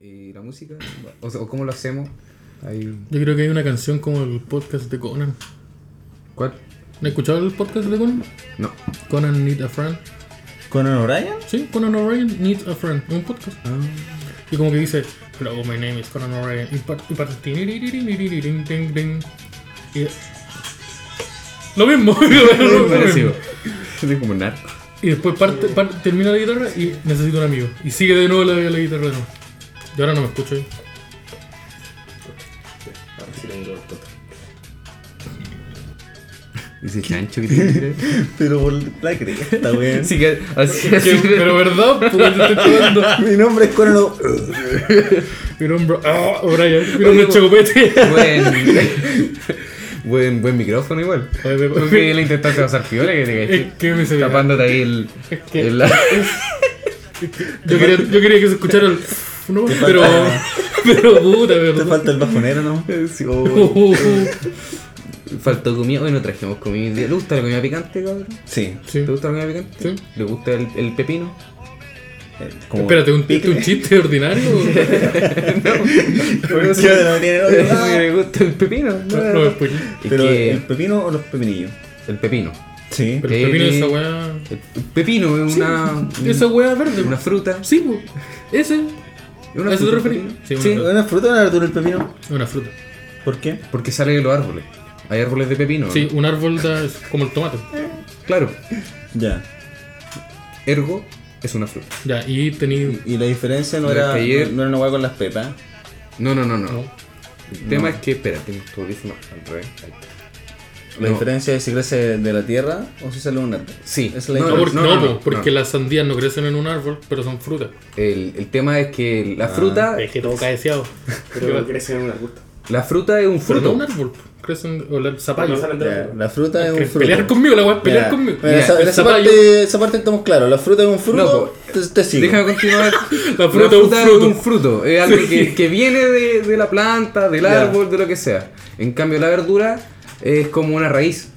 ¿Y la música? O, sea, ¿cómo lo hacemos? Ahí. Yo creo que hay una canción como el podcast de Conan. ¿Cuál? ¿No has escuchado el podcast de Conan? No. Conan Need a Friend. ¿Conan O'Brien? Sí, Conan O'Brien Needs a Friend. Es un podcast. Ah. Y como que dice, hello, my name is Conan O'Brien. Y par- y parte... tiririririririn, ding, ding. Y- Lo mismo. Parecido. Soy como un narco. Y después parte, parte- termina la guitarra y necesito un amigo. Y sigue de nuevo la, la guitarra de nuevo. Y ahora no me escucho yo. Dice chancho que tiene que creer. Pero por la cresta, weón. Así que, así, así. Que- pero verdad, porque te estoy jugando. Mi nombre es Conan O'Brien. Mi nombre. Ah, O'Brien. Mi nombre es Chocopete. Buen, buen, buen micrófono igual. Oye, me- Creo que le intentaste pasar piola que te Es caíste. que Eh, me se Tapándote ahí el. Es que- el- Yo quería, yo quería que se escuchara el. No, pero. Pero puta, Te verdad. falta el bajonero, ¿no? Sí, oh, Uh, uh, uh. Faltó comida. Hoy no trajimos comida. ¿Le gusta la comida picante, cabrón? Sí. Sí. ¿Te gusta la comida picante? Sí. ¿Le gusta el, el pepino? Eh, Como Espérate, ¿un, pique. ¿un chiste ordinario? Por eso- Yo no me tiene por nombre. eso que le gusta el pepino. No, No, no pues, me spoilé. Es Pero que el pepino o los pepinillos. el pepino. Sí. Pero el Eh, pepino eh. de esa weá. El pepino es una. Esa weá verde. una fruta. Sí, po. Ese. ¿Es una ¿A eso te fruta el referís? pepino? Sí, una Sí, fruta. ¿Una fruta o una verdura el pepino? Una fruta. ¿Por qué? porque sale de los árboles. Hay árboles de pepino. Sí, ¿no? un árbol da, es como el tomate. Claro. Ya. Ergo es una fruta. Ya, y tení. Y la diferencia no Pero es era, que ayer- no, no era una hueá con las pepas. No, no, no, no. No. El tema es que, espérate, me estuvo diciendo al revés. La No. diferencia es si crece de la tierra o si sale de un árbol. Sí. Esa es la No, No, diferencia. por- no, no, no, po, no. porque las sandías no crecen en un árbol, pero son frutas. El, el tema es que la fruta, Ah, Es que todo cae deseado. Pero crecen en un arbusto. la fruta es un Pero no fruto. un árbol, crecen. O el No zapallo. salen de Ya, la fruta es un Cre- fruto. Pelear conmigo, la weá, pelear Ya. conmigo. Mira, Ya, esa, el esa zapallo. parte, esa parte estamos claros. La fruta es un fruto. No, po. te, te sigo. Déjame continuar. La fruta es un fruto. es un fruto. Es algo que, que viene de, de la planta, del Ya. árbol, de lo que sea. En cambio, la verdura es como una raíz.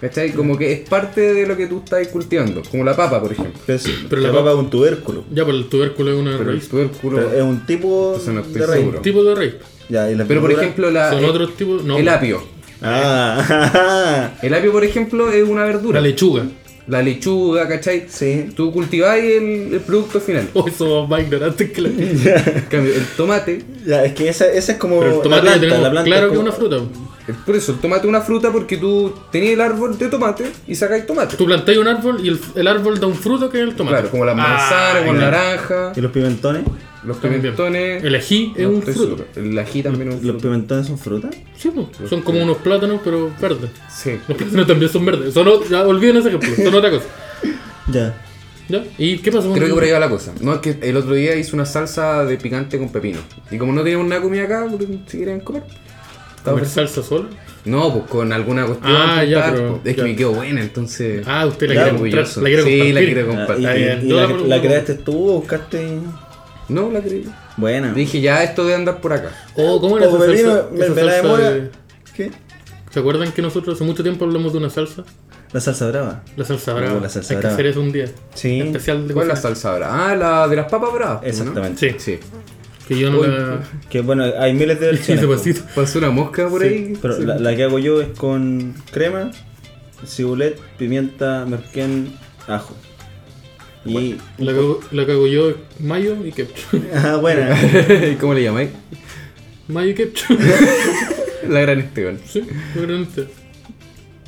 ¿Cachai? Como que es parte de lo que tú estás cultivando. Como la papa, por ejemplo. Pero, es- Pero la la papa es un tubérculo. Ya, pero el tubérculo es una Pero el raíz. tubérculo. Pero eh, es un tipo Entonces no estoy de raíz. seguro. Tipo de raíz. Ya, y la Pero, por verdura- ejemplo, la, Son el- otros tipos. No, pues. el apio. Ah, El apio, por ejemplo, es una verdura. la lechuga. La lechuga, ¿cachai? sí. Tú cultiváis el, el producto final. Oh, eso más ignorante que la. En cambio, el tomate, Ya, es que esa, esa es como Pero el tomate la ya planta. La tenemos planta claro que es como- una fruta. el- por eso, el tomate es una fruta porque tú tenías el árbol de tomate y sacáis tomate. Tú plantáis un árbol y el, el árbol da un fruto que es el tomate. Claro, como las Ah, manzanas, con ya. naranja, ¿Y los pimentones? los También. pimentones. El ají es No un estoy fruto. seguro. El ají también es un ¿Los fruto. pimentones son frutas? Sí, pues, son como unos plátanos, pero verdes. Sí. Los plátanos también son verdes. Son o- ya olviden ese ejemplo, son otra cosa. Ya. ¿Ya? ¿Y qué pasó con Creo que el- por ahí va la cosa. No, es que el otro día hice una salsa de picante con pepino. Y como no teníamos nada comida acá, pues, si querían comer. estaba comer ofreciendo- salsa sola? No, pues con alguna cuestión. Ah, ya, juntar, pero- pues. es que ya. me quedó buena, entonces. Ah, usted la Quedé quiere comprar. orgulloso. La quiere sí, compartir. la quiero Ah, ¿Y, compartir. y- bien. y Yo la, la propongo. la creaste tú o buscaste...? No, la creí. Buena. Dije, ya esto de andar por acá. Oh, ¿cómo era O esa pepino, salsa? Esa mermelada de salsa mora. de- ¿Qué? ¿Se acuerdan que nosotros hace mucho tiempo hablamos de una salsa? La salsa brava. La salsa brava. Oh, la salsa Hay brava. que hacer eso un día. Sí. Especial de ¿Cuál es la cocina. salsa ahora? Ah, la de las papas bravas. pues, ¿no? Exactamente. Sí, Sí. que yo no Uy. la... Que bueno, hay miles de Sí, versiones. ese po. pasito. Pasó una mosca por ahí. Pero Sí. la, pues. la que hago yo es con crema, cibulet, pimienta, merquén, ajo. Y... La que, la que hago yo es mayo y ketchup. Ah, buena. ¿Cómo le llamáis? Mayo y ketchup. La gran Esteban. sí, seguramente.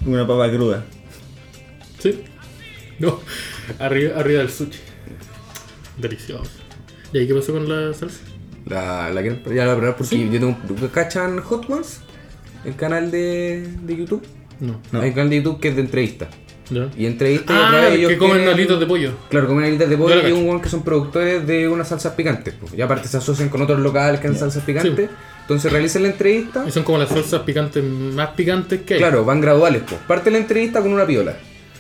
Una papa cruda. Sí. No, arriba, arriba del sushi. Delicioso. ¿Y ahí qué pasó con la salsa? La, la quieren- ya la voy a probar porque Sí. yo tengo. un- ¿Cachan Hot Ones? El canal de, de YouTube. No. No. Hay un canal de YouTube que es de entrevista. ¿Ya? Y entrevistas y Ah, atrás ellos que comen tienen- alitas de pollo. Claro, comen alitas de Yo pollo la y un cacho. guan que son productores de unas salsas picantes. pues. Y aparte se asocian con otros locales que hacen salsas picantes. Entonces realizan la entrevista. Y son como las salsas picantes más picantes que hay. ¿Ah? Claro, van graduales. Pues. Parte la entrevista con una piola.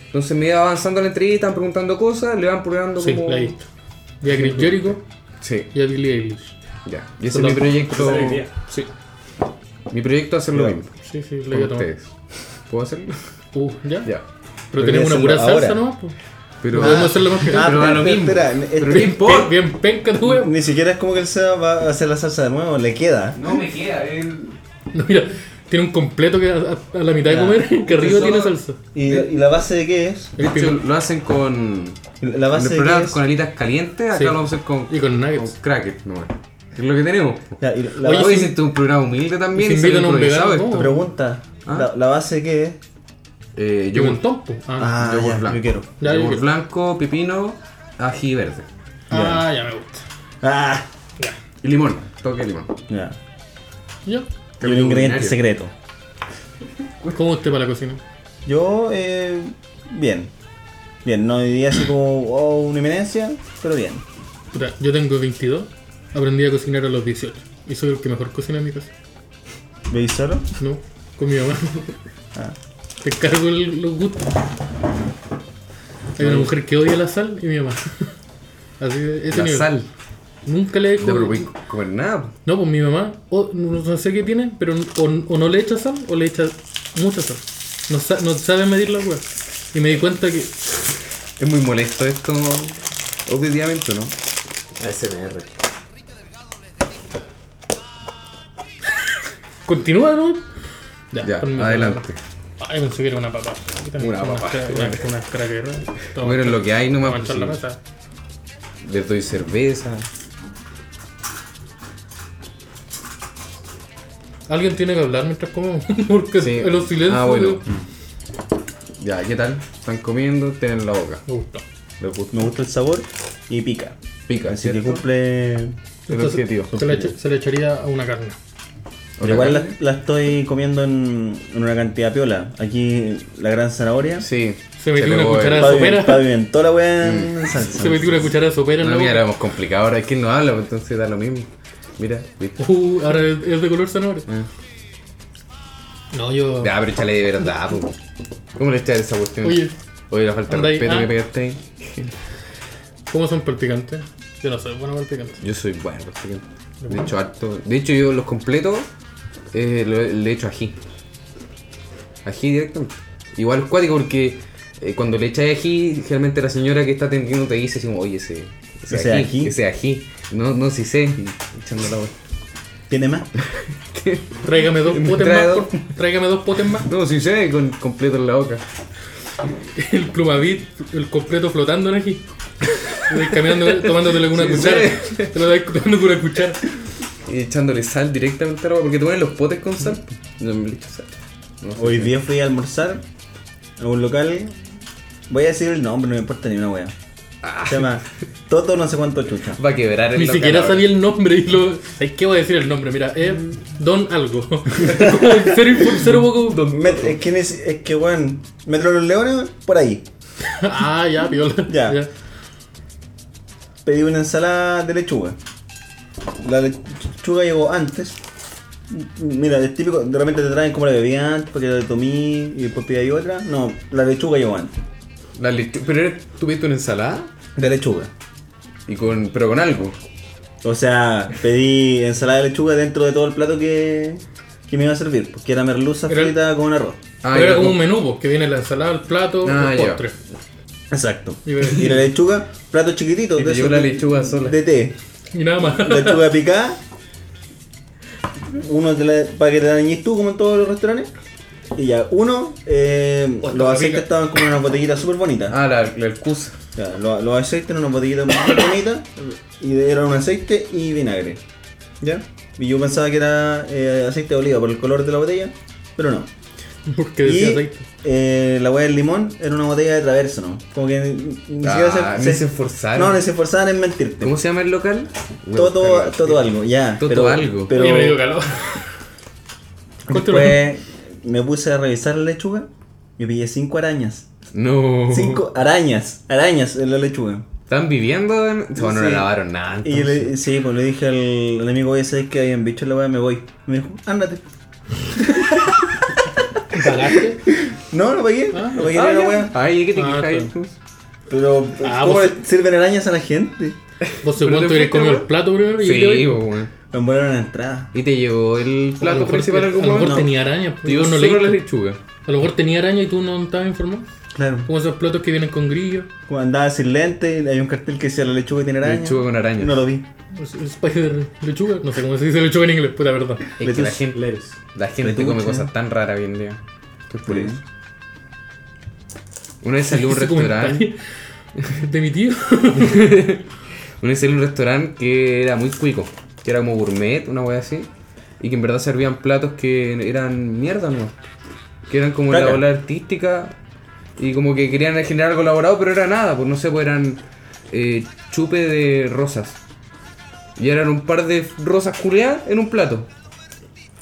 Entonces me va avanzando la entrevista, van preguntando cosas, le van probando Sí, como... la he visto. Y a Chris Jericho Sí, y a Billie Eilish. ya. Y ese Son es mi las- proyecto. Sale hoy día. Sí, Mi proyecto es hacer lo Ya. mismo. sí, sí, la Con voy a tomar. ustedes. ¿Puedo hacerlo? Uh, ¿ya? ya. Pero Debería tenemos una hacerlo pura salsa ahora. nomás, pues. Pero. Podemos hacerlo más que Ah, pero da lo mismo. espera, espera, Pero este- no importa. Bien penca tu weón. Ni siquiera es como que él se va a hacer la salsa de nuevo, le queda. No me queda, él. No, mira, tiene un completo que a, a- a la mitad de Ya. comer, que arriba Eso- tiene salsa. ¿Y, y la base de qué es? De hecho, lo hacen con. La En base los de qué programas es. con alitas calientes, acá Sí. lo vamos a hacer con. Y con con nuggets. crackers, no. Es lo que tenemos. po. Ya, y la Oye, base- Hoy si- hiciste un programa humilde también. si y salió invitan a un improvisado vegano, esto. ¿cómo? pregunta, Ah. la, la base de qué es? Eh, Yo yogur, con tompo. Ah, Ah, yogur ya, blanco. yo quiero. Ya, yo yogur quiero. blanco, pepino, ají verde. ah, ya me gusta. Ah, Ya. Y limón, toque de limón. ya. Ya. Y un ingrediente secreto. ¿Cómo usted para la cocina? Yo, eh, bien. Bien, no diría así como oh, una eminencia, pero bien. Puta, yo tengo 22, aprendí a cocinar a los 18. Y soy el que mejor cocina en mi casa. ¿Veis solo? No, con mi mamá. Ah. Te cargo el- los gustos. Hay una mujer que odia la sal y mi mamá. Así de ese La nivel. sal. Nunca le No, pero dejo. voy a comer nada. po. No, pues mi mamá, o, no, no sé qué tiene, pero o, o no le echa sal o le echa mucha sal. No, sa- no sabe medir la weá. Y me di cuenta que. Es muy molesto esto, obviamente, ¿no? ASMR. Continúa, ¿no? Ya, con mi- adelante. Ay, pensé que era una papá. Una papá. Una, una cracker. Toma, Miren lo que hay toma, nomás. manchar la pues, mesa. sí. Les doy cerveza. Alguien tiene que hablar mientras como. Porque Sí. en los silencios. Ah, bueno. Mm. me- Ya, ¿qué tal? Están comiendo, tienen la boca. Me gustó. Me gu- me gusta el sabor y pica. Pica, Así que ¿cierto? cumple. El Entonces, objetivo. Ah, Se le, echa- se le echaría a una carne. Pero igual la, la estoy comiendo en, en una cantidad piola. Aquí la gran zanahoria. Sí. Se metió una pegó el- cucharada. Pavimentó sopera. pavimentó la weá Mm. en salsa. Se metió una cuchara de sopera en la No, Ah, mira, boca. éramos complicados. Ahora es que no habla, pues, entonces da lo mismo. Mira, ¿viste? Uh, ahora es es de color zanahoria. No, yo. Ya, pero échale Ah. de verdad, po. ¿Cómo le echas esa cuestión? Oye. Oye, la falta de Anda ahí, respeto ah. que pegaste ahí. ¿Cómo son para el picante? Yo no soy bueno para el picante. Yo soy bueno, así que de hecho harto. De hecho, yo los completos eh, lo- le echo ají. Ají directamente. Igual es cuático porque eh, cuando le echas ají, generalmente la señora que está atendiendo te dice, así como, oye, ese, Ese ají". Ese ají. No, no, si sé. y Echando la hue- ¿Tiene más? Tráigame dos Me potes trae más. dos. por- Tráigame dos potes más. No, si sé, con completo en la boca. El plumavit, el completo flotando en aquí. Te vais caminando, tomándotele con una Sí, cuchara. Te lo vais tomando con una cuchara. Y echándole sal directamente a la boca. Porque tú pones los potes con sal. No me le echo sal. No sé. Hoy día fui a almorzar a un local. Voy a decir el nombre, no me importa ni una wea. Ah. Se llama Toto no sé cuánto chucha. Va a quebrar el Ni local siquiera ahora. sabía el nombre. Y lo... ¿Sabes qué voy a decir el nombre? Mira, es Don Algo. cero, info- cero poco. Met- es, que, ni si- es que weón, Metro de los Leones, por ahí. Ah, ya, piola. Ya. Pedí una ensalada de lechuga. La lechuga llegó antes. Mira, es típico, de repente te traen como la bebida antes, porque la tomé y después pedí ahí otra. No, la lechuga llegó antes. La lechu- Pero eres- tuviste una ensalada. De lechuga. Y con, pero con algo. O sea, pedí ensalada de lechuga dentro de todo el plato que, que me iba a servir, porque era merluza Era- frita con arroz. Ah, Pero ya, era como como- un menú, po, que viene la ensalada, el plato, Ah, el ya. postre. Exacto. Y ve- Y la lechuga, plato chiquitito. Y te llegó esos la lechuga sola. De té. Y nada más. Lechuga picada. Uno te la- para que te la dañes tú, como en todos los restaurantes. Y ya, uno, eh, Oh, está los rica. aceites estaban como en unas botellitas súper bonitas. Ah, la, la excusa. Ya, lo- los aceites en unas botellitas muy bonitas y era un aceite y vinagre. ¿Ya? Y yo pensaba que era eh, aceite de oliva por el color de la botella, pero no. Porque y decía aceite. eh, la hueá del limón era una botella de traverso, ¿no? Como que ni, ni Ah, siquiera ni se esforzaron. No, ni se esforzaron en mentirte. ¿Cómo se llama el local? Voy a Todo, buscarlo. todo algo, ya. Todo pero- algo. Oye, me dio Pero calor. Continúa. después me puse a revisar la lechuga y pillé cinco arañas. No. Cinco arañas, arañas en la lechuga. ¿Están viviendo? En... Bueno, no Sí. lavaron nada. Y yo entonces. le, sí, pues le dije al, al amigo, oye, ¿sabes que habían bicho en la weá? Me voy. Me dijo, ándate. ¿Pagaste? No, no pagué, no pagué Ah, ni la ya. weá. Ay, ¿qué te Ah, quejáis? está. tú? Pero, pues, Ah, ¿cómo pues vos- le sirven arañas a la gente? ¿Vos Pero cuánto te hubieras fuiste, comido el weón. plato primero? y Sí, te- po, weón. Me volaron la entrada. Y te llegó el A lo plato mejor principal te- en algún A lo mejor momento. tenía araña. Te llegó pues, no solo la leíste. lechuga. A lo mejor tenía araña y tú no estabas informado. Claro. Como esos platos que vienen con grillo. Como andaba sin lente, y había un cartel que decía la lechuga tiene araña. Lechuga con araña. No lo vi. Es- es Spider lechuga. No sé cómo se dice lechuga en inglés, puta verdad. Es que la Letus- gente, Leros. la gente Letuche. come cosas tan raras hoy en día. Estoy por Sí. eso. Una vez salí a un Ese restaurante. comentario De mi tío. Una vez salí a un restaurante que era muy cuico. Que era como gourmet, una wea así. Y que en verdad servían platos que eran mierda, ¿no? Que eran como la Caca. ola artística. Y como que querían generar algo elaborado, pero era nada. Pues no sé, pues eran eh, chupe de rosas. Y eran un par de rosas culeadas en un plato.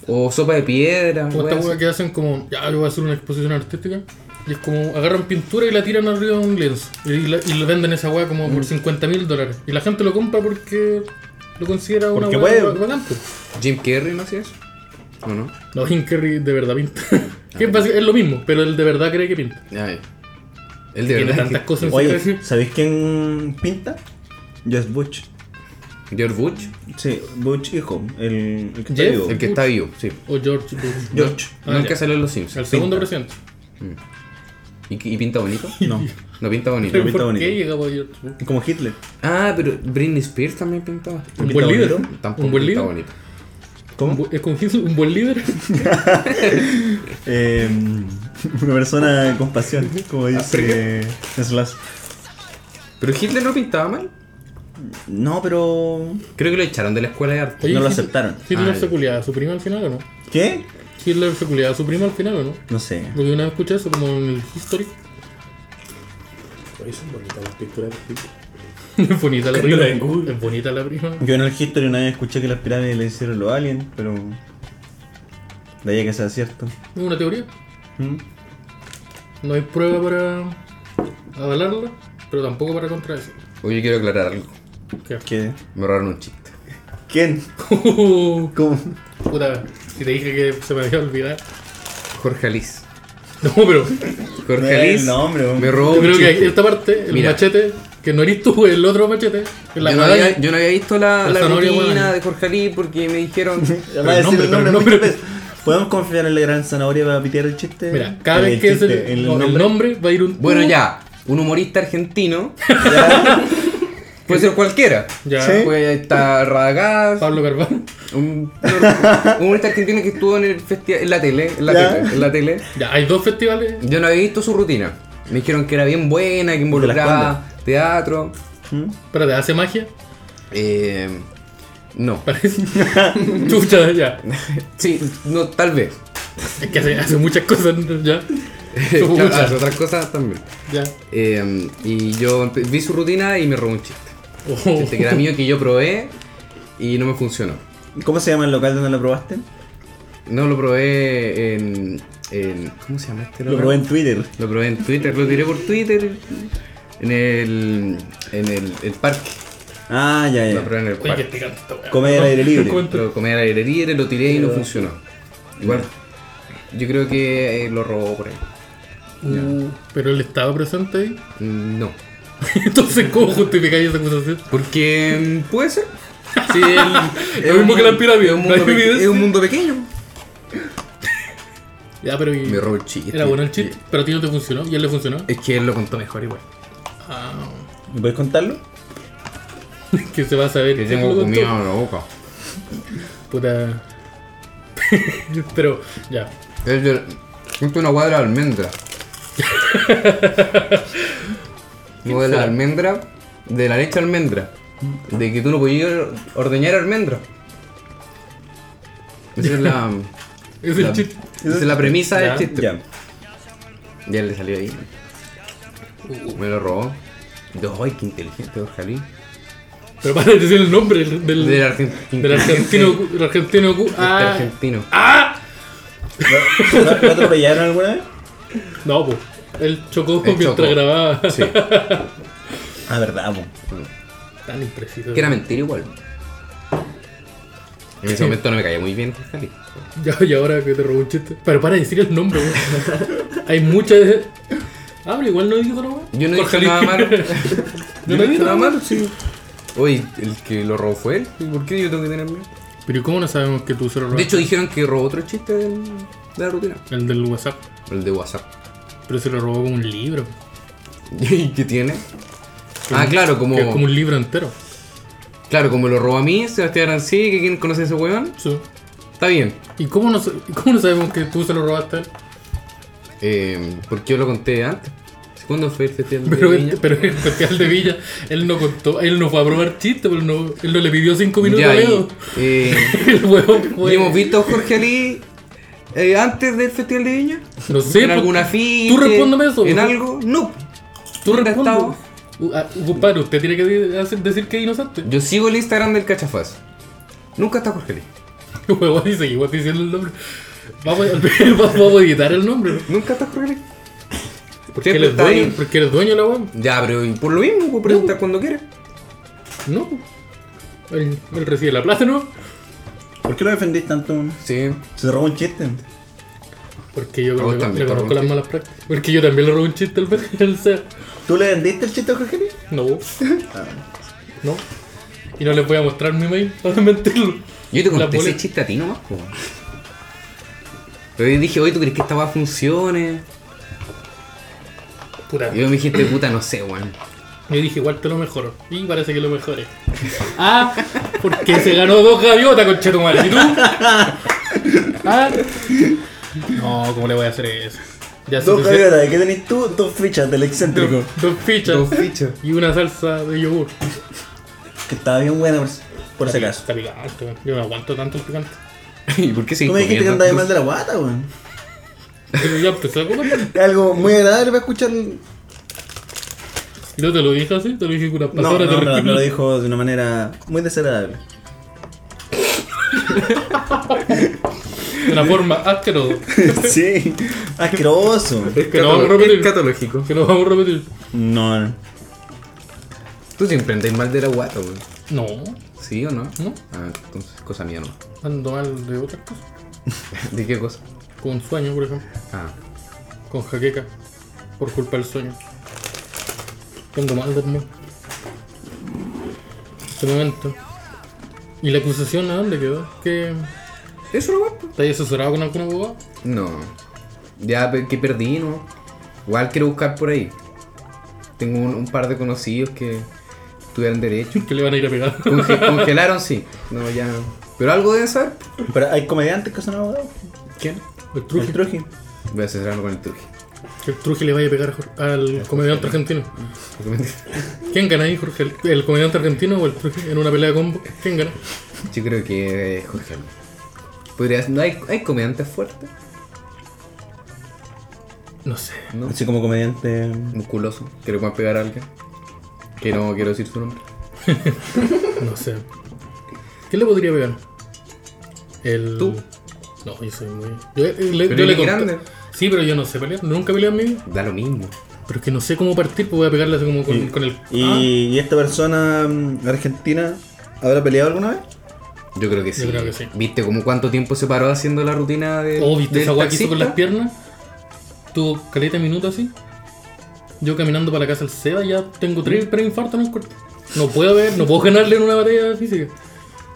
O sopa de piedra. Como weas esta hueá así. que hacen como, ya, yo voy a hacer una exposición artística. Y es como, agarran pintura y la tiran arriba de un lienzo. Y la, y la venden esa hueá como por 50 mil dólares. Y la gente lo compra porque lo considera una Porque hueá puede. bacán, pues. Jim Carrey, ¿no hacía eso? ¿O no? No, Jim Carrey de verdad pinta. que es, basi- es lo mismo, pero él de verdad cree que pinta. Ay. El de Tiene verdad. tantas que- cosas en su Oye, cabeza. ¿sabéis quién pinta? Just Butch. George Bush, Sí, Butch hijo, el, el que Jeff. está vivo. el que está vivo, sí. O George Bush. George. Ah, Nunca ya. salió en los Sims. El segundo presidente. ¿Y, y pinta bonito? No, No pinta bonito. Pero pinta ¿Por bonito. qué llegaba George Bush? como Hitler. Ah, pero Britney Spears también pintaba. Un Pinta buen líder. bonito. Tampoco Un buen pinta líder. bonito. Un ¿Cómo? bu- Es como que es un buen líder. Eh, una persona con pasión, como dice Slash. Pero Hitler no pintaba mal. No, pero. Creo que lo echaron de la escuela de arte. Oye, No lo Hit- aceptaron. Hitler Ah, ya. se culiaba a su prima al final o no? ¿Qué? Hitler se culiaba a su prima al final o no? No sé. Porque una vez escuché eso como en el History. Oye, son bonitas las pinturas de Hitler. es bonita la Cuando prima. la ven Google. Es bonita la prima. Yo en el History una vez escuché que las pirámides le hicieron los aliens, pero. De ahí a que sea cierto. Es una teoría. ¿Mm? No hay prueba para avalarla, pero tampoco para contradecirla. Oye, quiero aclarar algo. ¿Qué? ¿Qué? Me robaron un chiste. ¿Quién? ¿Cómo? Puta, si te dije que se me había olvidado. Jorge Alice. No, pero No Jorge era el Alice nombre, hombre. me robó yo un creo que Oh, chiste. esta parte, el Mira. machete, que no eres tú, el otro machete, que la yo, no guadaña- había, yo no había visto la, La la zanahoria rutina guadaña. de Jorge Alice porque me dijeron... Además, el decir nombre, pero el nombre el muchas nombre. veces. ¿Podemos confiar en la gran zanahoria para pitear el chiste? Mira, cada El vez que es el, chiste, el no, el nombre. nombre va a ir un. Bueno, ya. Un humorista argentino. Puede ser cualquiera. Ya. Sí. Puede estar Radagás. Pablo Carvalho. Un, un humorista argentino que estuvo en el festival, en la tele, en la Ya. tele, en la tele. Ya, hay dos festivales. Yo no había visto su rutina. Me dijeron que era bien buena, que involucraba teatro. ¿Mm? Espérate, hace magia. Eh, no. Parece. Chucha, ya. Sí, no, tal vez. Es que hace, hace muchas cosas, ya. Son Claro, muchas. hace otras cosas también. Ya. Eh, y yo empe- vi su rutina y me robó un chiste. Oh. Este que era mío que yo probé y no me funcionó. ¿Cómo se llama el local donde lo probaste? No lo probé en. en- ¿Cómo se llama este Lo probé en Twitter. Lo probé en Twitter, lo tiré por Twitter. En el. En el, el parque. Ah, ya, Lo ya. probé en el Oye, qué parque. picante esta weá. Comer al aire libre. Cuento. Lo comí a la herrería, lo tiré y no funcionó. Igual. Yo creo que eh, lo robó por ahí. Uh, pero él estaba presente ahí. Mm, No. Entonces, ¿cómo justificáis esa acusación? Porque mm, puede ser. Sí, el- Lo mismo que las pirámides, Es un no mundo, hay pe- evidencia. es un mundo pequeño. Ya, pero. y- Me Eh, robó el chiste. Era bueno el chiste, pero a ti no te funcionó y a él le funcionó. Es que él lo contó mejor igual. Ah, ¿Me puedes contarlo? que se va a saber. Que quién tengo lo contó. comida en la boca. Puta. pero, ya. Es de- Siento una cuadra de almendra. Una de la almendra, de la leche almendra. De que tú no podías ordeñar almendra. Esa es la. Es la- el chiste. esa es la premisa Ya. del chiste. Ya. Ya. le salió ahí. Uh, Me lo robó. Yo, ay, qué inteligente, Ojalí. Pero para de decir el nombre del, del, Del argentino. del argentino. del argentino cu- ah, este argentino. ¿Lo lo atropellaron alguna vez? no, pues. Él chocó Él mientras chocó. grababa. Sí. Ah, verdad, po. Tan impreciso. Que era mentira igual. En ese momento no me caía muy bien Ojalí. Ya, y ahora que te robó un chiste. Pero para de decir el nombre, weón. Hay muchas. Ah, pero igual no dijo otra weá. Yo no he Jorge dicho nada malo. Luis. Yo no he dicho nada malo, sí. Oye, el que lo robó fue él. ¿Y ¿Por qué yo tengo que tener miedo? Pero ¿y cómo no sabemos que tú se lo De robaste? hecho, dijeron que robó otro chiste del- de la rutina. El del WhatsApp. El de WhatsApp. Pero se lo robó como un libro. ¿Y qué tiene? Ah, claro, como, Que es como un libro entero. claro, como lo robó a mí, Sebastián Arancí, que quién conoce a ese weón. Sí. Está bien. ¿Y cómo no, sa- y cómo no sabemos que tú se lo robaste a él? Eh, porque yo lo conté antes. ¿Cuándo fue el festival de Pero, Viña? el, pero el festival de Villa, él no contó, él no fue a probar chistes, pero no, él no le pidió cinco minutos Ya, a y, Edo. eh, El huevón fue- ¿y hemos visto a Jorge Ali eh, antes del festival de Viña? No sé, ¿En pues, alguna fiesta? tú respóndeme eso, ¿En pues. algo? No. tú ¿Dónde respondes. estaba? Uh, ah, Compadre, usted tiene que di- hacer- decir que es inocente. Yo sigo el Instagram del cachafaz. Nunca está Jorge Ali. El huevón dice, igual diciendo el nombre. Vamos a, vamos a editar el nombre. Nunca está Jorge Ali. Porque Siempre eres está dueño, ahí. porque eres dueño de la huevón. Ya, pero y por lo mismo, puedo preguntar cuando quieras. No. Él, él recibe la plata, ¿no? ¿Por qué lo defendís tanto? man? Sí. Se robó un chiste. Porque yo A vos creo que también le te conozco robó las un malas prácticas. Porque yo también le robé un chiste al al Seba. ¿Tú le vendiste el chiste a Jorge? Luis? No. No. Y no les voy a mostrar mi mail para mentirlo. Yo te La conté ese boleta. chiste a ti nomás, po. Pero yo dije, oye, ¿tú crees que esta va funcione? Puta. Y yo me dijiste, puta, no sé, weón. Yo dije, igual te lo mejoro. Y parece que lo mejoré. Ah, porque se ganó dos gaviotas con Chetumal. ¿Y tú? Ah. No, ¿cómo le voy a hacer eso? Ya es Dos suficiente. gaviotas, ¿qué tenés tú? Dos fichas del excéntrico. Dos- dos fichas. Dos fichas. Y una salsa de yogur. Que estaba bien buena, por, por si acaso. Está picante, weón. Yo no aguanto tanto el picante. ¿Y por qué Tú seguís me dijiste que comiendo? andabas mal de la guata, weón. Pero ya empezó a comer. Es algo muy agradable para escuchar. No, Yo te lo dije así, te lo dije con una no, palabra no, terrible. me lo dijo de una manera muy desagradable. De una forma asquerosa. sí, asqueroso. Es Que lo vamos a catalo- repetir. es catológico. Que lo vamos a repetir. No, no. Tú siempre andáis mal de la guata, weón. No, ¿Sí o no? No. Ah, entonces, cosa mía no. ando mal de otras cosas. ¿De qué cosa? Con sueño, por ejemplo. Ah. Con jaqueca. Por culpa del sueño. Ando mal dormido. Este momento. ¿Y la acusación a dónde quedó? ¿Que ¿Eso no, weón? te hayas asesorado con alguna abogado? No. Ya pe- que perdí, ¿no? Igual quiero buscar por ahí. Tengo un, un par de conocidos que tuvieron derecho. Que le van a ir a pegar. Conge- congelaron, sí. No, ya. Pero algo deben saber. Pero hay comediantes que son abogados. ¿Quién? El El Truji. Truji. Voy a asesorarme con el Trujillo. Que el Truji le vaya a pegar a Jor- al comediante argentino. ¿Quién gana ahí, Jorge? ¿El, el comediante argentino o el Truji en una pelea de combo? ¿Quién gana? Yo creo que eh, Jorge Alba. Podría- no hay, hay comediantes fuertes, No sé. ¿no? Así como comediante. Musculoso, que le puedan pegar a alguien. Que no quiero decir su nombre. No sé. ¿Quién le podría pegar? El... Tú. No, yo soy muy. Yo, eh, le- Pero yo le eres conté- grande. Sí, pero yo no sé pelear. Nunca peleé en mi vida. Da lo mismo. Pero es que no sé cómo partir, pues voy a pegarle así como con, con el. Ah. ¿Y, y esta persona mm, argentina habrá peleado alguna vez? Yo creo que sí. creo que sí. ¿Viste como cuánto tiempo se paró haciendo la rutina de. Ah, oh, ¿viste del esa weá que hizo con taxista? las piernas? Tuvo caleta de minutos así. Yo caminando para la casa del Seba ya tengo tres preinfartos en el cuerpo. No puedo ver, no puedo ganarle en una batalla física.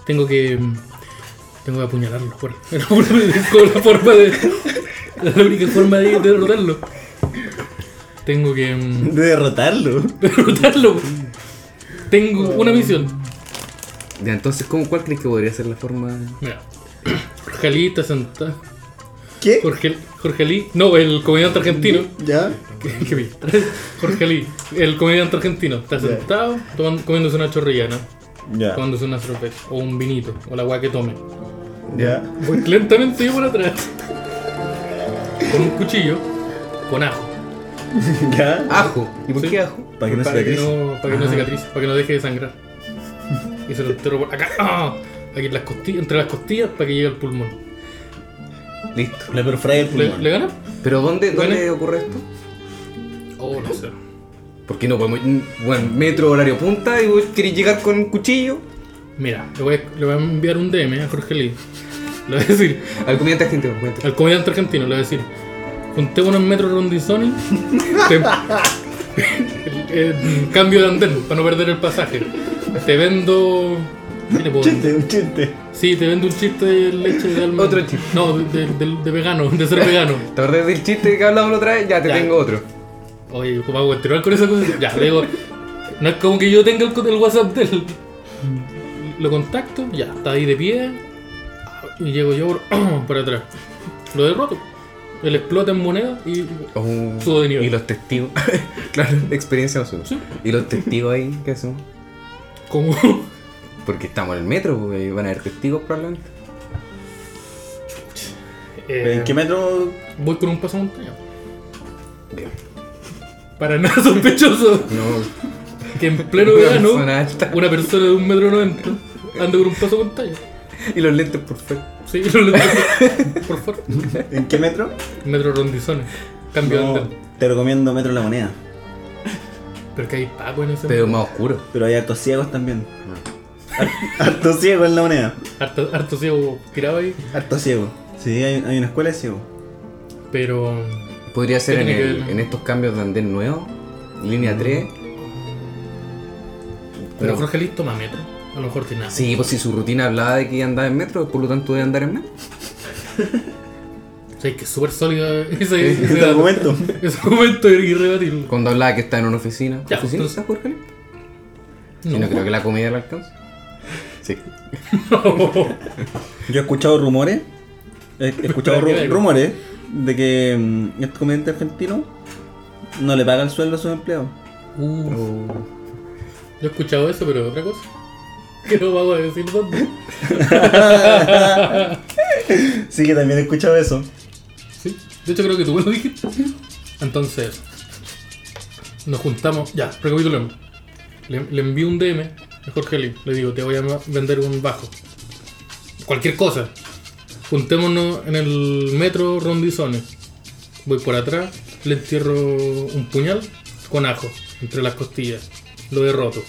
Tengo que. Tengo que apuñalarlo, por, con la forma de. La única forma de, de derrotarlo. Tengo que. mm, De derrotarlo. derrotarlo. Tengo una misión. Ya, entonces, ¿cómo, ¿cuál crees que podría ser la forma? Mira. Jorge Ali está sentado. ¿Qué? Jorge, Jorge Ali. No, el comediante argentino. ¿Ya? ¿Qué- qué vi? Jorge Lee, el comediante argentino, está sentado tomando- comiéndose una chorrillana, Ya. tomándose una cerveza o un vinito o la agua que tome. Ya. Voy lentamente yo por atrás con un cuchillo, con ajo, Ya. Ajo. ¿Y por Sí. qué ajo? Para que no se para que regrese. no, para que no cicatrice, para que no deje de sangrar. Y se lo entero por acá, ¡ah! aquí en las costillas, entre las costillas para que llegue al pulmón. Listo. Le pues, perforáis el ¿Le, pulmón. le gana? ¿Pero dónde, Bueno. dónde ocurre esto? Oh, no sé. Porque no podemos. Bueno, metro, horario punta y vos querés llegar con un cuchillo Mira, le voy, a, le voy a enviar un DM a Jorge Lee. Le voy a decir, al comediante argentino. comediante. Al comediante argentino le voy a decir: Junté unos metros rondizones. te- el- el- cambio de andén para no perder el pasaje. Te vendo ¿Qué le puedo Chiste, un chiste. Sí, te vendo un chiste de leche de alma. Otro chiste. No, de, de- de vegano, de ser vegano. ¿Te acordás del chiste que hablamos la otra vez? Ya te Ya. tengo otro. Oye, ¿cómo hago continuar con esa cosa? Ya, le digo, no es como que yo tenga el, co- el WhatsApp de él. Lo contacto, ya, está ahí de pie. Y llego yo por- para atrás. Lo derroto. Él explota en moneda y. Oh, Subo de nivel. Y los testigos. claro, experiencia nosotros. Sí. Y los testigos ahí, ¿qué hacemos? Como. Porque estamos en el metro, pues, ahí van a haber testigos probablemente. eh, ¿En qué metro? voy con un paso montaña. Bien. Para nada sospechoso No, que en pleno Una verano persona alta. una persona de un metro noventa anda con un paso montaña. y los lentes por fuera. Sí, lo leo. por favor. ¿En qué metro? Metro rondizones. Cambio de No, andar. te recomiendo Metro La Moneda. Pero que hay pago en ese Pero más oscuro. Pero hay hartos ciegos también. Ah. Har- Hartos ciegos en La Moneda. Harto, harto ciego tirado ahí. Hartos ciegos. Sí, hay, hay una escuela de ciegos. Pero. Podría ser ¿Qué en, tiene que el- ver? Mm. en estos cambios de andén nuevo, línea 3. Pero No. Jorge Listo más metro. A lo mejor tiene nada. Sí, pues si su rutina hablaba de que andaba en metro, por lo tanto debe andar en metro. O sea, es que es súper sólido ese, ese, Este dato. argumento. Ese argumento es irrebatible. Cuando hablaba que está en una oficina. Ya, ¿Oficina entonces- está Jorge? Lindo? Si No. no creo que la comida le alcance. Sí. Yo he escuchado rumores. He he escuchado Espera, ru- ¿qué hay? rumores de que mm, este comediante argentino no le paga el sueldo a sus empleados. Uh, yo he escuchado eso, pero otra cosa. Que no vamos a decir dónde. Sí, que también he escuchado eso. Sí. De hecho, creo que tú me lo dijiste. Entonces, nos juntamos. Ya, recapitulemos. Le, le envío un DM a Jorge Lee. Le digo, te voy a ma- vender un bajo. Cualquier cosa. Juntémonos en el metro Rondizones. Voy por atrás, le entierro un puñal con ajo entre las costillas. Lo derroto.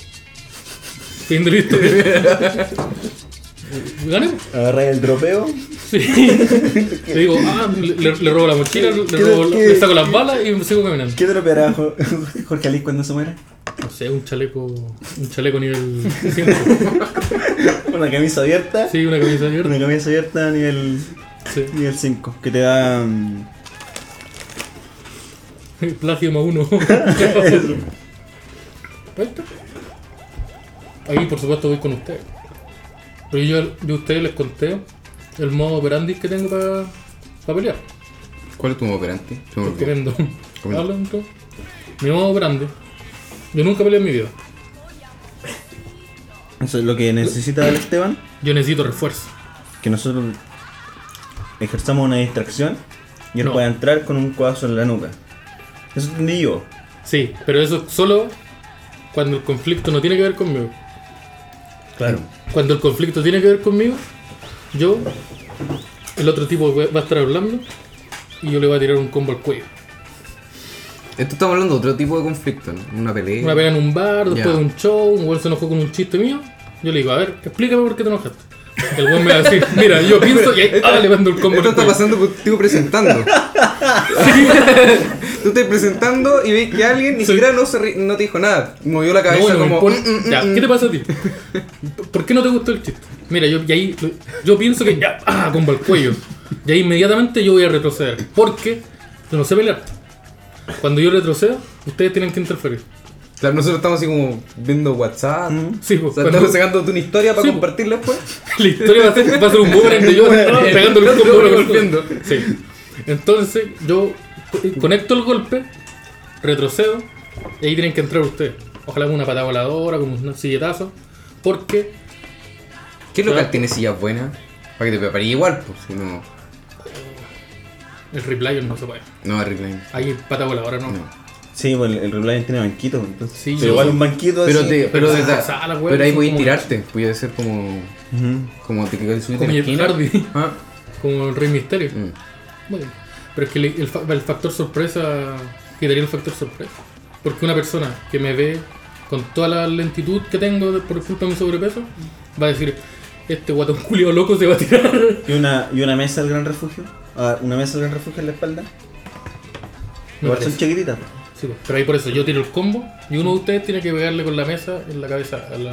Fin de la historia. Gané. Agarra el dropeo. Sí. Le digo, ah, le, le- le robo la mochila, le, ¿Qué- robo, qué- le saco las balas y sigo caminando. ¿Qué dropeará Jo- Jorge Alice cuando se muera? No sé, un chaleco. Un chaleco nivel 100. Una camisa abierta. Sí, una camisa de Una verde. camisa abierta a nivel, Sí. nivel 5. Que te da. mm, Plagio más uno. Ahí está. Ahí, por supuesto, voy con ustedes. Pero yo, yo a ustedes les conté el modo operandi que tengo para pelear. ¿Cuál es tu modo operante? Se me Estoy olvidó. comiendo. Comiendo. Hablan, entonces. Mi modo operandi. Yo nunca peleé en mi vida. Eso es lo que necesita el Esteban. Yo necesito refuerzo. Que nosotros ejerzamos una distracción y él No. pueda entrar con un codazo en la nuca. Eso entendí yo. Sí, pero eso es solo cuando el conflicto no tiene que ver conmigo. Claro. Cuando el conflicto tiene que ver conmigo, yo, el otro tipo va va a estar hablando y yo le voy a tirar un combo al cuello. Esto estamos hablando de otro tipo de conflicto, ¿no? Una pelea. Una pelea en un bar, después Ya. de un show, un weón se enojó con un chiste mío. Yo le digo, a ver, explícame por qué te enojaste. El weón me va a decir, mira, yo pienso y ahí, ah, le mando el combo Esto al está cuello. pasando contigo presentando. Tú estás presentando y ves que alguien ni Soy- siquiera no, se ri- no te dijo nada. Movió la No, cabeza no me como. importa. "Mm, mm, mm, Ya, mm". ¿qué te pasa a ti? ¿Por qué no te gustó el chiste? Mira, yo, y ahí, yo pienso que ya, ah, combo al cuello. Y ahí inmediatamente yo voy a retroceder. Porque yo no sé pelear. Cuando yo retrocedo, ustedes tienen que interferir. Claro, nosotros estamos así como viendo WhatsApp. Mm. Sí, O pues, sea, cuando- estamos sacándote una historia para Sí, compartirla después. la historia va a ser, va a ser un boomerang de yo pegando el Yo combo. golpeando. Sí. Entonces, yo co- eh, conecto el golpe, retrocedo, y ahí tienen que entrar ustedes. Ojalá con una patada voladora, con un silletazo. Porque ¿Qué local Claro. tiene sillas buenas? Para que te prepares igual, pues. Si no, el replay no se puede. no arreglan. Ahí pata voladora no. No. Sí, pues el, el Rublayen tiene banquito. Entonces, Sí, pero yo- igual un banquito Pero, así. te, pero, pero de- esas salas, weón, pero ahí son podéis como- tirarte. Podía ser como. Ujú. Como te que subiste en Como la Jeff esquina. Hardy. Ah, Como el Rey Misterio. mm. Muy bien. Pero es que el, el fa- el factor sorpresa. Quitaría el factor sorpresa. Porque una persona que me ve con toda la lentitud que tengo de- por culpa de mi sobrepeso va a decir: Este guatón culiao loco se va a tirar. ¿Y, una, y una mesa del gran refugio. Ah, una mesa del gran refugio en la espalda. Me Igual parece. son chiquititas. Sí, pues, pero ahí por eso yo tiro el combo y uno de ustedes tiene que pegarle con la mesa en la cabeza. a la-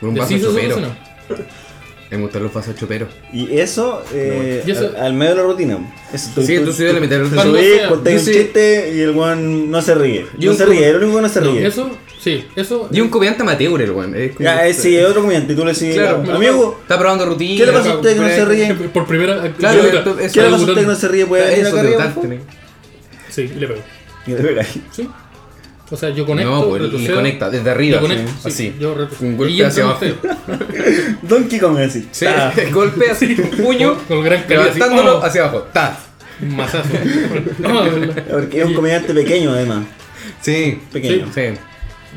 Con un vaso Deshizo su chopero. persona. Me gustan los vasos choperos. Y eso, eh, Y eso- Al, al medio de la rutina. Eso, Sí, tú subí a la mitad de la te rutina. subí, Cuando sea. contáis Yo un sí. chiste y el weón no se ríe. Y no un se co- ríe, el único que no se No, ríe. eso, sí, eso. eh, Y un comediante amateur, el weón. es como- Ya, eh, sí, es otro comediante, y tú le decís, Claro, "Ah, amigo, Está probando rutina. ¿Qué le pasa a usted que no se ríe? Por primera. Claro, debuta- esto- eso- ¿qué le pasa a debutante. usted que no se ríe? ¿Puede venir Eso acá te arriba, tan- por favor?" tenés- Sí, le pego. Y le pega ahí. Sí. O sea, yo conecto. No, pues, le retrocedo, conecta, desde arriba, le conecto, sí, así. Yo retrocedo. Un golpe Y entro hacia en abajo. usted. Donkey Kong así. Ah, Sí, ta. golpea así, un puño, Con- con gran calidad, así, levantándolo ¡oh! hacia abajo. Ta. Un mazazo. No, la- Porque es un comediante pequeño además. Sí. Pequeño. Sí.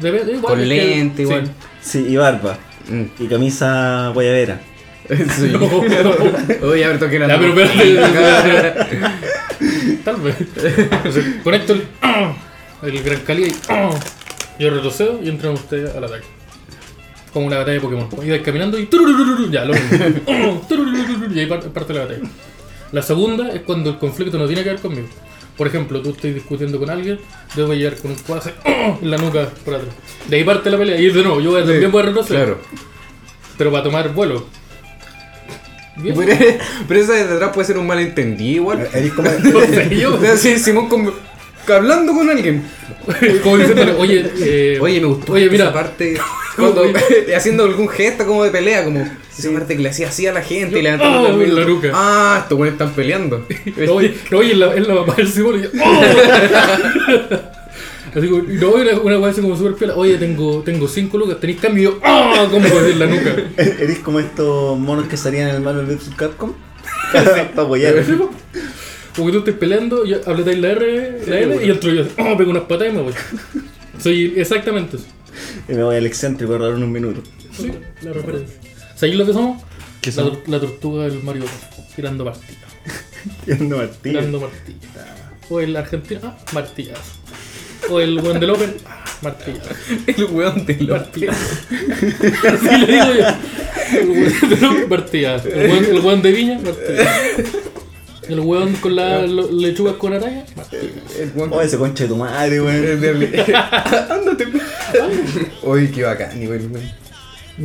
de vez- igual, Con es que- lente, igual. sí. Sí, y barba. Mm. Y camisa guayabera. Sí. No, no. Oye, a ver, toqué la Ya, pero nota. espérate. Tal vez. O sea, conecto el, el gran Cali y yo retrocedo y entran ustedes al ataque. Como una batalla de Pokémon. Y vais caminando y tururururu, ya, lo mismo. Tururururu, y ahí par- parte la batalla. La segunda es cuando el conflicto no tiene que ver conmigo. Por ejemplo, tú estás discutiendo con alguien, debo llegar con un cuaje en la nuca por atrás. De ahí parte la pelea. Y de nuevo, yo voy a- también voy a retroceder. Claro. Pero para tomar vuelo. Bien. Pero, pero esa de atrás puede ser un malentendido igual. Eres como. Eh, No sé, yo- O sea, sí, Simón con- hablando con alguien. Como diciéndole, oye, eh, Oye, me gustó Oye, mira, esa parte. Cuando, haciendo algún gesto como de pelea, como esa parte que le hacía así a la gente y Yo- levantando ¡Oh! el vidrio. La nuca. Ah, estos güeyes están peleando. no, oye, no, oye, en la, en la mamá del Simón, y yo, ¡oh! Así como, no, una, una weá así como súper piola. Oye, tengo, tengo cinco lucas, tenéis cambio. Y yo, ¡ah! ¿Cómo en la nuca? Eres como estos monos que salían en el Marvel vs Capcom. Para apoyar. Porque tú estás peleando, yo apretáis la R, la L, y entro yo, ¡oh! Pego unas patas y me voy. Soy exactamente eso. Y me voy al excéntrico a robar unos minutos. Sí, la referencia. ¿Sabéis lo que somos? ¿Qué La somos? tor- La, tortuga del Mario Bros. Tirando partida. Tirando martillo. Tirando martillo. O el argentino, ah, martillazo. O el buen del Open, ah, martillazo. El weón de los Martillazo. Así le digo yo. El weón del Open, martillazo. El weón, el weón de Viña, martillazo. El weón con la lo- lechuga con araña, martillazo. El weón- Oh, ese concha de tu madre, el weón. de- Ándate. pues. Oye, qué bacán, igual, weón.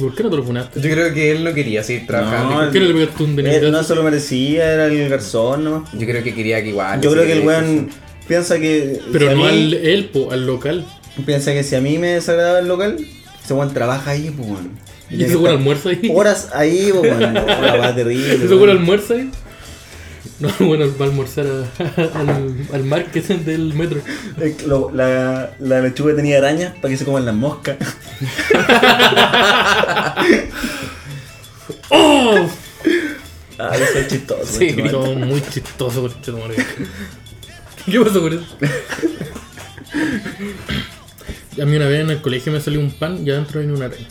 ¿Por qué no te lo funaste? Yo creo que él no quería seguir trabajando. ¿Por qué no le pegaste un Él Eh, no beneficio? se lo merecía, era el garzón nomás. Yo creo que quería que igual. Yo creo que Ah, sí, el weón piensa que. si Pero a no mí- al él, po, al local. Piensa que si a mí me desagradaba el local, ese weón trabaja ahí, pues, weón. Y ese weón almuerza ahí. Horas ahí, pues, weón. No, La va terrible. ¿Ese weón. weón almuerza ahí? No, bueno, va a almorzar a- al, al market del metro. Eh, lo- la, la lechuga tenía arañas para que se coman las moscas. ¡Oh! Ah, eso es chistoso. este Sí, weón. son muy chistosos, conchetumare. ¿Qué pasó con eso? A mí una vez en el colegio me salió un pan y adentro venía una araña.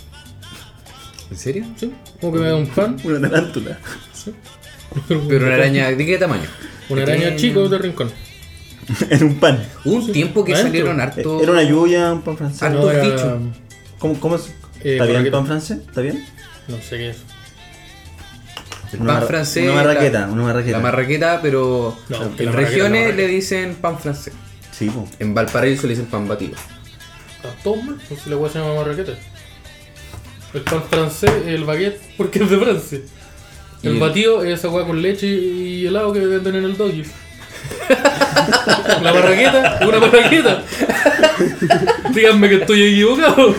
¿En serio? ¿Sí? Como que me da un pan. Una tarántula. Pero una araña, ¿de qué tamaño? Una araña chico de rincón. Era un pan. Hubo un tiempo que adentro. salieron Eh, harto. Era una lluvia, un pan francés. Harto Ah, No, era- bicho. ¿Cómo, cómo es? Eh, ¿Está bien el marraqueta. pan francés? ¿Está bien? No sé qué es. El Una pan mar- francés. Una marraqueta, la- una marraqueta. La marraqueta, pero No, que en la marraqueta es la regiones marraqueta. le dicen pan francés. sí, po. En Valparaíso le dicen pan batido. ¿Está todo mal? Ah, No sé si la hueá se llama marraqueta. El pan francés, el baguette, porque es de Francia. El Y- batido es esa hueá con leche y helado que venden en el doggy. La marraqueta, una marraqueta. Díganme que estoy equivocado.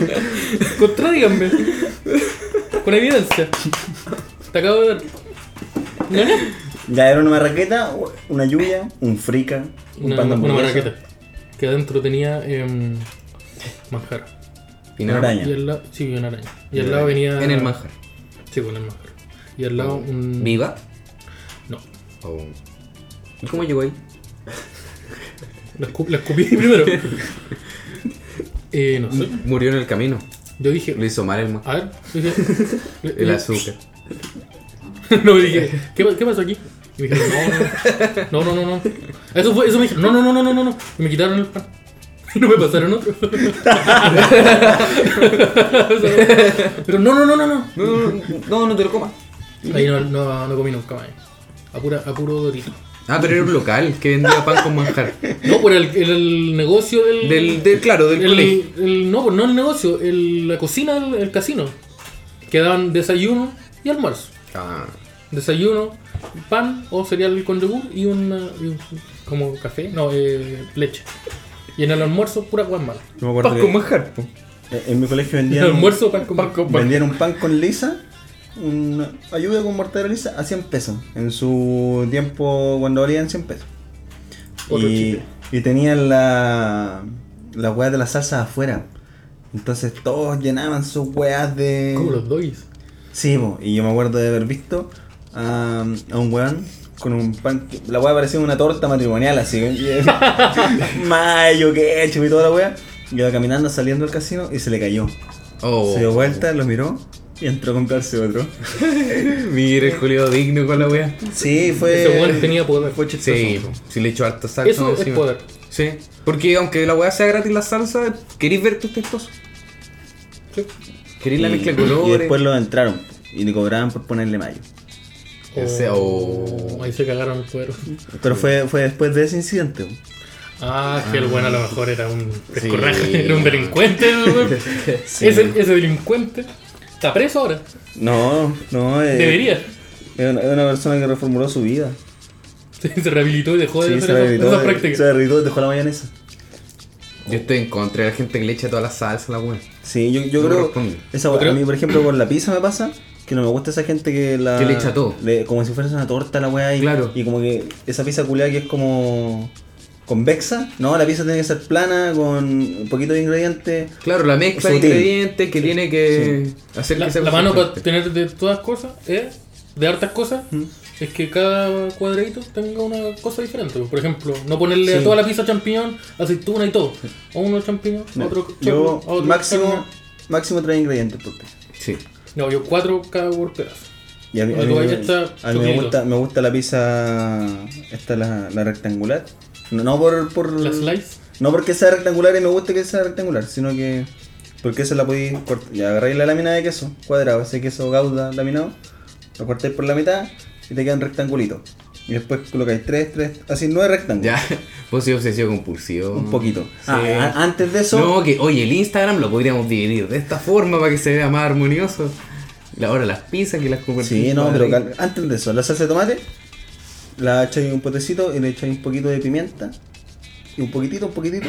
Contradíganme. Con evidencia. Te acabo de dar. ¿Gané? Ya era una marraqueta, una lluvia, un frica, un Una, pan una de hamburguesa, marraqueta. Que adentro tenía em, manjar. Y Una nada. araña. Y al lado, sí, una araña. Y al lado venía. En el manjar. Sí, con el manjar. Y al lado un. ¿Viva? No. ¿O- ¿Y cómo llegó ahí? La, escu- la escupí primero. eh, no sé. Murió en el camino. Yo dije. Le hizo mal el manjar. A ver, dije. El azúcar. no, dije. ¿Qué, pa- qué pasó aquí? Y me dijeron, no, no, no, no, no. no. Eso, fue, eso me dijeron, no, no, no, no, no, no, no. Y me quitaron el pan. Y no me pasaron otro. Pero no, no, no, no, no. No, no, no, no te lo comas. Ahí no, no, no comí nunca más. A, pura, a puro dorito. Ah, pero era un local que vendía pan con manjar. No, por el, el, el negocio del. Del, del claro, del el, colegio. el- no, pues no el negocio, el- la cocina del el casino. que daban desayuno y almuerzo. Ah, Desayuno, pan o cereal con yogur y un, y un- como café, no, eh, leche. Y en el almuerzo, pura guas mala. Yo me acuerdo Pan que- con manjar, po. Eh, En mi colegio En el vendían. almuerzo, pan con manjar. Vendían un pan con lisa, una ayuda con mortadela lisa a 100 pesos. En su tiempo, cuando valían 100 pesos. Otro Y, chiste. y tenían la, las weas de las salsas afuera. Entonces todos llenaban sus weas de. Como los dois. Sí, po, y yo me acuerdo de haber visto a, a un weón con un pan. que- La wea parecía una torta matrimonial, así. ¿eh? Mayo, ketchup y toda la wea. Y iba caminando, saliendo del casino y se le cayó. Oh. Se dio vuelta, lo miró y entró a comprarse otro. Mira el Julio digno con la wea. Sí, fue. Ese weón tenía poder. Eh, Fue chistoso. Sí, si le echo harta salsa. Eso es encima. poder. Sí, porque aunque la weá sea gratis la salsa, queréis ver tus textos. Queréis la mezcla de y colores. después lo entraron y le cobraban por ponerle mayo. Ese- Oh, oh. Ahí se cagaron el poder. Pero fue, fue después de ese incidente. Ah, que el bueno a lo mejor era un Sí. escorraje, era un delincuente. el weón. ese, ese delincuente está preso ahora. No, no. eh, Debería. Es una, es una persona que reformuló su vida. Se, se rehabilitó y dejó de Sí, hacer se esas- rehabilitó. esas de- prácticas. Se rehabilitó, dejó la mayonesa. Yo estoy en contra de la gente que le echa toda la salsa a la weá. Sí, yo, yo No creo. corresponde. Esa, Yo creo- A mí, por ejemplo, con la pizza me pasa que no me gusta esa gente que la. Que le echa todo. le- como si fuese una torta la weá. Y, Claro. y como que esa pizza culeada que es como. convexa. No, la pizza tiene que ser plana, con un poquito de ingredientes. Claro, la mezcla Sutil. de ingredientes que tiene que hacer La, que sea la mano para consistente. tener de todas cosas, eh, de hartas cosas, es que cada cuadradito tenga una cosa diferente. Por ejemplo, no ponerle a Sí. toda la pizza champiñón, aceituna y todo. O uno champiñón, otro yo, choclo, otro máximo, champiñón. máximo tres ingredientes por pizza. Sí. No, yo cuatro cada por pedazo. Y a mí, a Bueno, mí tú me- ahí está a mí me, choquito. gusta, me gusta la pizza. Esta, la, la rectangular. No, no por. por La slice. No porque sea rectangular y me guste que sea rectangular, sino que. Porque esa la podéis cortar. Ya agarráis la lámina de queso, cuadrado, ese queso gauda laminado, lo cortáis por la mitad y te quedan rectangulitos. Y después colocáis tres, tres, así nueve rectángulos. Ya, vos sois obsesivo compulsivo. Un poquito. Ah, a- antes de eso. No, que oye, el Instagram lo podríamos dividir de esta forma para que se vea más armonioso. La- Ahora las pizzas que las convertimos. sí, no, más pero ricas. cal- antes de eso, la salsa de tomate, la echáis en un potecito y le echáis un poquito de pimienta. Y un poquitito, un poquitito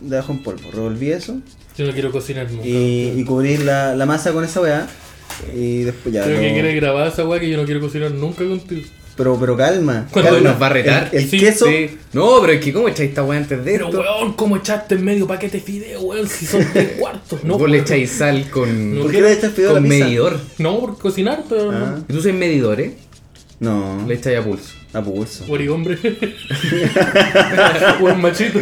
de ajo en polvo. Revolví eso Yo no quiero cocinar nunca. y, y cubrís la, la masa con esa weá. Y después ya. Creo que lo- quieres grabar esa weá que yo no quiero cocinar nunca contigo. Pero, pero calma. Cuando calma. nos va a retar. El, el Sí, queso. Sí. No, pero es que ¿cómo echáis esta weá antes de Pero esto? weón, ¿cómo echaste en medio paquete de fideo, weón? Si son tres cuartos, ¿no? Vos le echáis sal con, No. ¿Por qué le echas fideo a la con pizza? medidor. No, por cocinar, pero Ah. no. Y Tú sois medidor, ¿eh? No. Le echáis a pulso. A pulso. Por hombre. Buen machito.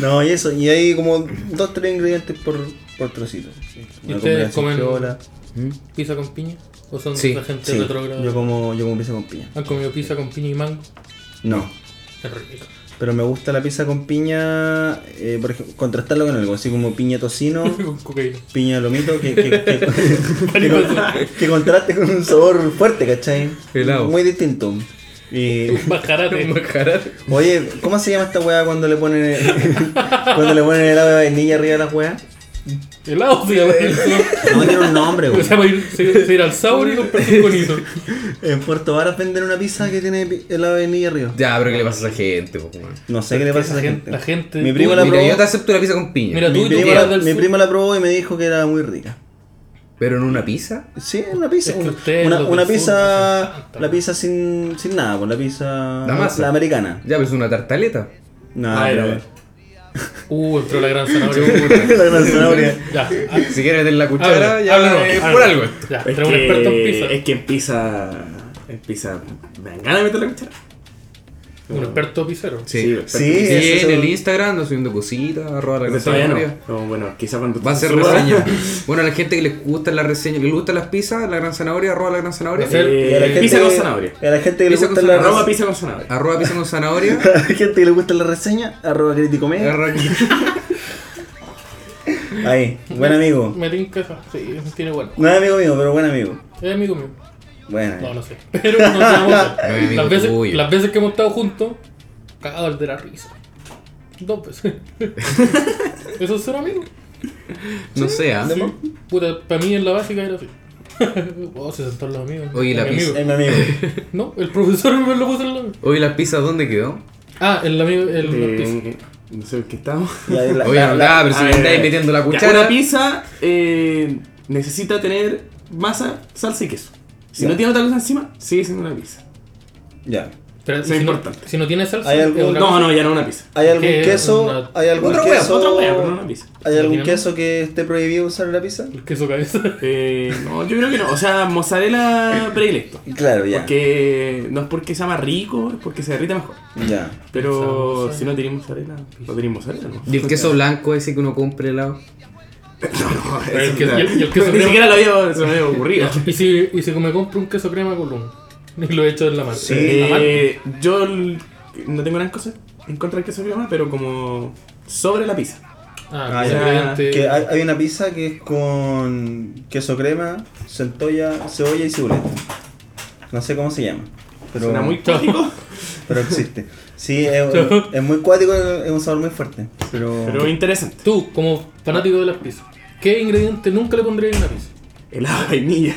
No, y eso. Y hay como dos, tres ingredientes por, por trocito. ¿Y Una ustedes combinación comen piola. ¿Mm? ¿Pizza con piña? ¿O son Sí, la gente Sí, retrógrada? yo como, yo como pizza con piña. ¿Han comido pizza con piña y mango? No. Qué rico. Pero me gusta la pizza con piña, eh, por ejemplo, contrastarlo con algo, así como piña tocino, con cocaína. piña lomito, que, que, que, que con- que contraste con un sabor fuerte, ¿cachai? Helado. Muy distinto. Y, Majarate. Oye, ¿cómo se llama esta weá cuando le ponen cuando le ponen helado de vainilla arriba a las weá? Helado se llama eso. No tiene un nombre, Se weón. llama ir, se, se ir al sabor y comprar un conito. En Puerto Varas venden una pizza que tiene pi- helado de vainilla arriba. Ya, pero ¿qué le pasa a esa gente? po, weón? No sé qué le pasa a esa gente. La gente- Mi primo la Mira, yo te probó. acepto la pizza con piña. Mira, Mi tú y tu primo tía la, del mi sur. primo la probó y me dijo que era muy rica. Pero en una pizza. Sí, una pizza. Es que una- ustedes una los una del sur pues, no hacen pizza. tanta, La weón. pizza sin, sin nada, pues la pizza. La masa. americana. Ya, pero es una tartaleta. No, Ah, pero- era- Uh, entró la gran zanahoria. si la gran zanahoria. ya. quieres meter la cuchara, Háblalo, ya háblalo, eh, háblalo. por algo. Ya, Es trae un experto en pizza. que, es que en pizza. En pizza. Me dan ganas de meter la cuchara. Un experto pizzero. Sí. Sí, Sí, Sí, eso en se- el Instagram, nos subiendo cositas, arroba la Pero cosa todavía arriba. no. No, Bueno, quizá cuando Va a ser suba- reseña. Bueno, a la gente que les gusta la reseña, que les gustan las pizzas, la gran zanahoria, arroba la gran zanahoria. Va a ser- Eh, Y a la gente- pizza con zanahoria. y A la gente que le Pizza con gusta la Arroba zanahoria. reseña. pizza con zanahoria. Arroba pizza con zanahoria. A la gente que le gusta la reseña, arroba crítico medio. arroba- Ahí, buen amigo. Me tinca esa. Sí, tiene bueno. No es amigo mío, pero buen amigo. Es amigo mío. Bueno. No, no sé. Pero nos llevamos. Es amigo las, veces, tuyo. las veces que hemos estado juntos, cagados de la risa. Dos veces. Eso es ser amigo. No sé, ¿ah? Puta, para mí en la básica era así. oh, se sentaron los amigos. Oye, la Mi pizza- amigo. Es mi amigo. No, el profesor me lo puso en la. Hoy la pizza, ¿dónde quedó? Ah, el amigo. El, el piso. Eh, no sé en qué estamos. Y ahí la- Oye, la- no, la- ah, pero si A me ver, a andáis ver. metiendo la Ya, cuchara. Una pizza eh, necesita tener masa, salsa y queso. Si Ya. no tiene otra cosa encima, sigue siendo una pizza. Ya. Pero es si, no, importante. si no tiene salsa, ¿Hay es algún- otra No, cosa. no, ya no una pizza. ¿Hay algún ¿Qué? queso? Una- ¿Hay algún Otra hueá, queso? Otra hueá, pero no una pizza. ¿Hay algún Imagínate. queso que esté prohibido usar en la pizza? El queso cabeza. Eh, no, yo creo que no. O sea, mozzarella predilecto. Claro, ya. Porque no es porque sea más rico, es porque se derrite mejor. Ya. Pero Pensamos, si no tenemos mozzarella, no tenemos mozzarella. ¿no? Y el queso blanco ese que uno compra helado. No, eso El queso- está- y el- y el queso Ni crema. siquiera lo había, se me había ocurrido. y, si, y si me compro un queso crema con luma. Y lo echo en la mano. Sí. En la mano. Eh, yo l- no tengo gran cosa en contra del queso crema, pero como sobre la pizza. Ah, Ah, los ya. ingredientes. Que hay, hay una pizza que es con queso crema, centolla, cebolla y cibureta. No sé cómo se llama. Pero, Suena muy cótico, pero existe. Sí, es, es muy cuático, es un sabor muy fuerte. Pero, pero interesante. Tú, como fanático de las pizzas, ¿qué ingrediente nunca le pondrías en la pizza? Helado de vainilla.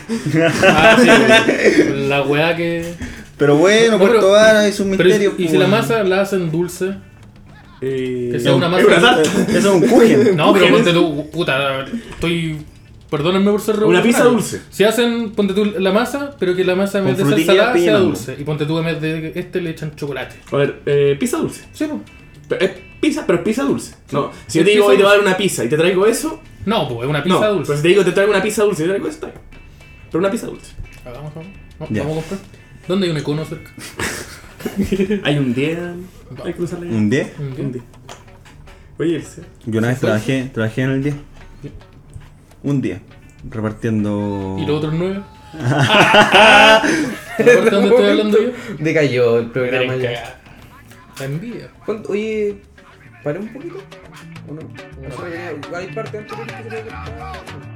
Ah, sí, güey. la weá que. pero bueno, No, Puerto pero- Vara es un Pero misterio. y, y si la pues. masa la hacen dulce. Eh, Que sea una es masa- tarta. Eso es un kuchen. No, pero Mujeres. ponte tú, puta, estoy. Perdónenme por ser Una pizza revolucionario. dulce. Si hacen, ponte tú la masa, pero que la masa en Con vez de ser frutilla salada sea pillan algo. dulce. Y ponte tú en vez de este le echan chocolate. A ver, eh, pizza dulce. Sí, po. Pero es pizza, pero es pizza dulce. No, si yo Es te digo pizza hoy te voy a dulce. dar una pizza y te traigo eso, No, pues es una no. pizza dulce. Pero si te digo te traigo una pizza dulce y te traigo eso, está bien. Pero una pizza dulce. Ah, vamos, vamos. No, Ya. vamos a comprar. ¿Dónde hay un econo cerca? Hay un 10, hay que cruzar la ¿Un 10? Un 10. Oye, el C. Yo una vez trabajé, trabajé en el 10. Un día. Repartiendo. ¿Y los otros nueve? ¿Sabes ¿De dónde estoy hablando yo? Decayó el programa Miren, ya. cagada. La envidia. ¿Cuánto- Oye, ¿paré un poquito? ¿O no? ¿Hay parte antes de que se cortara?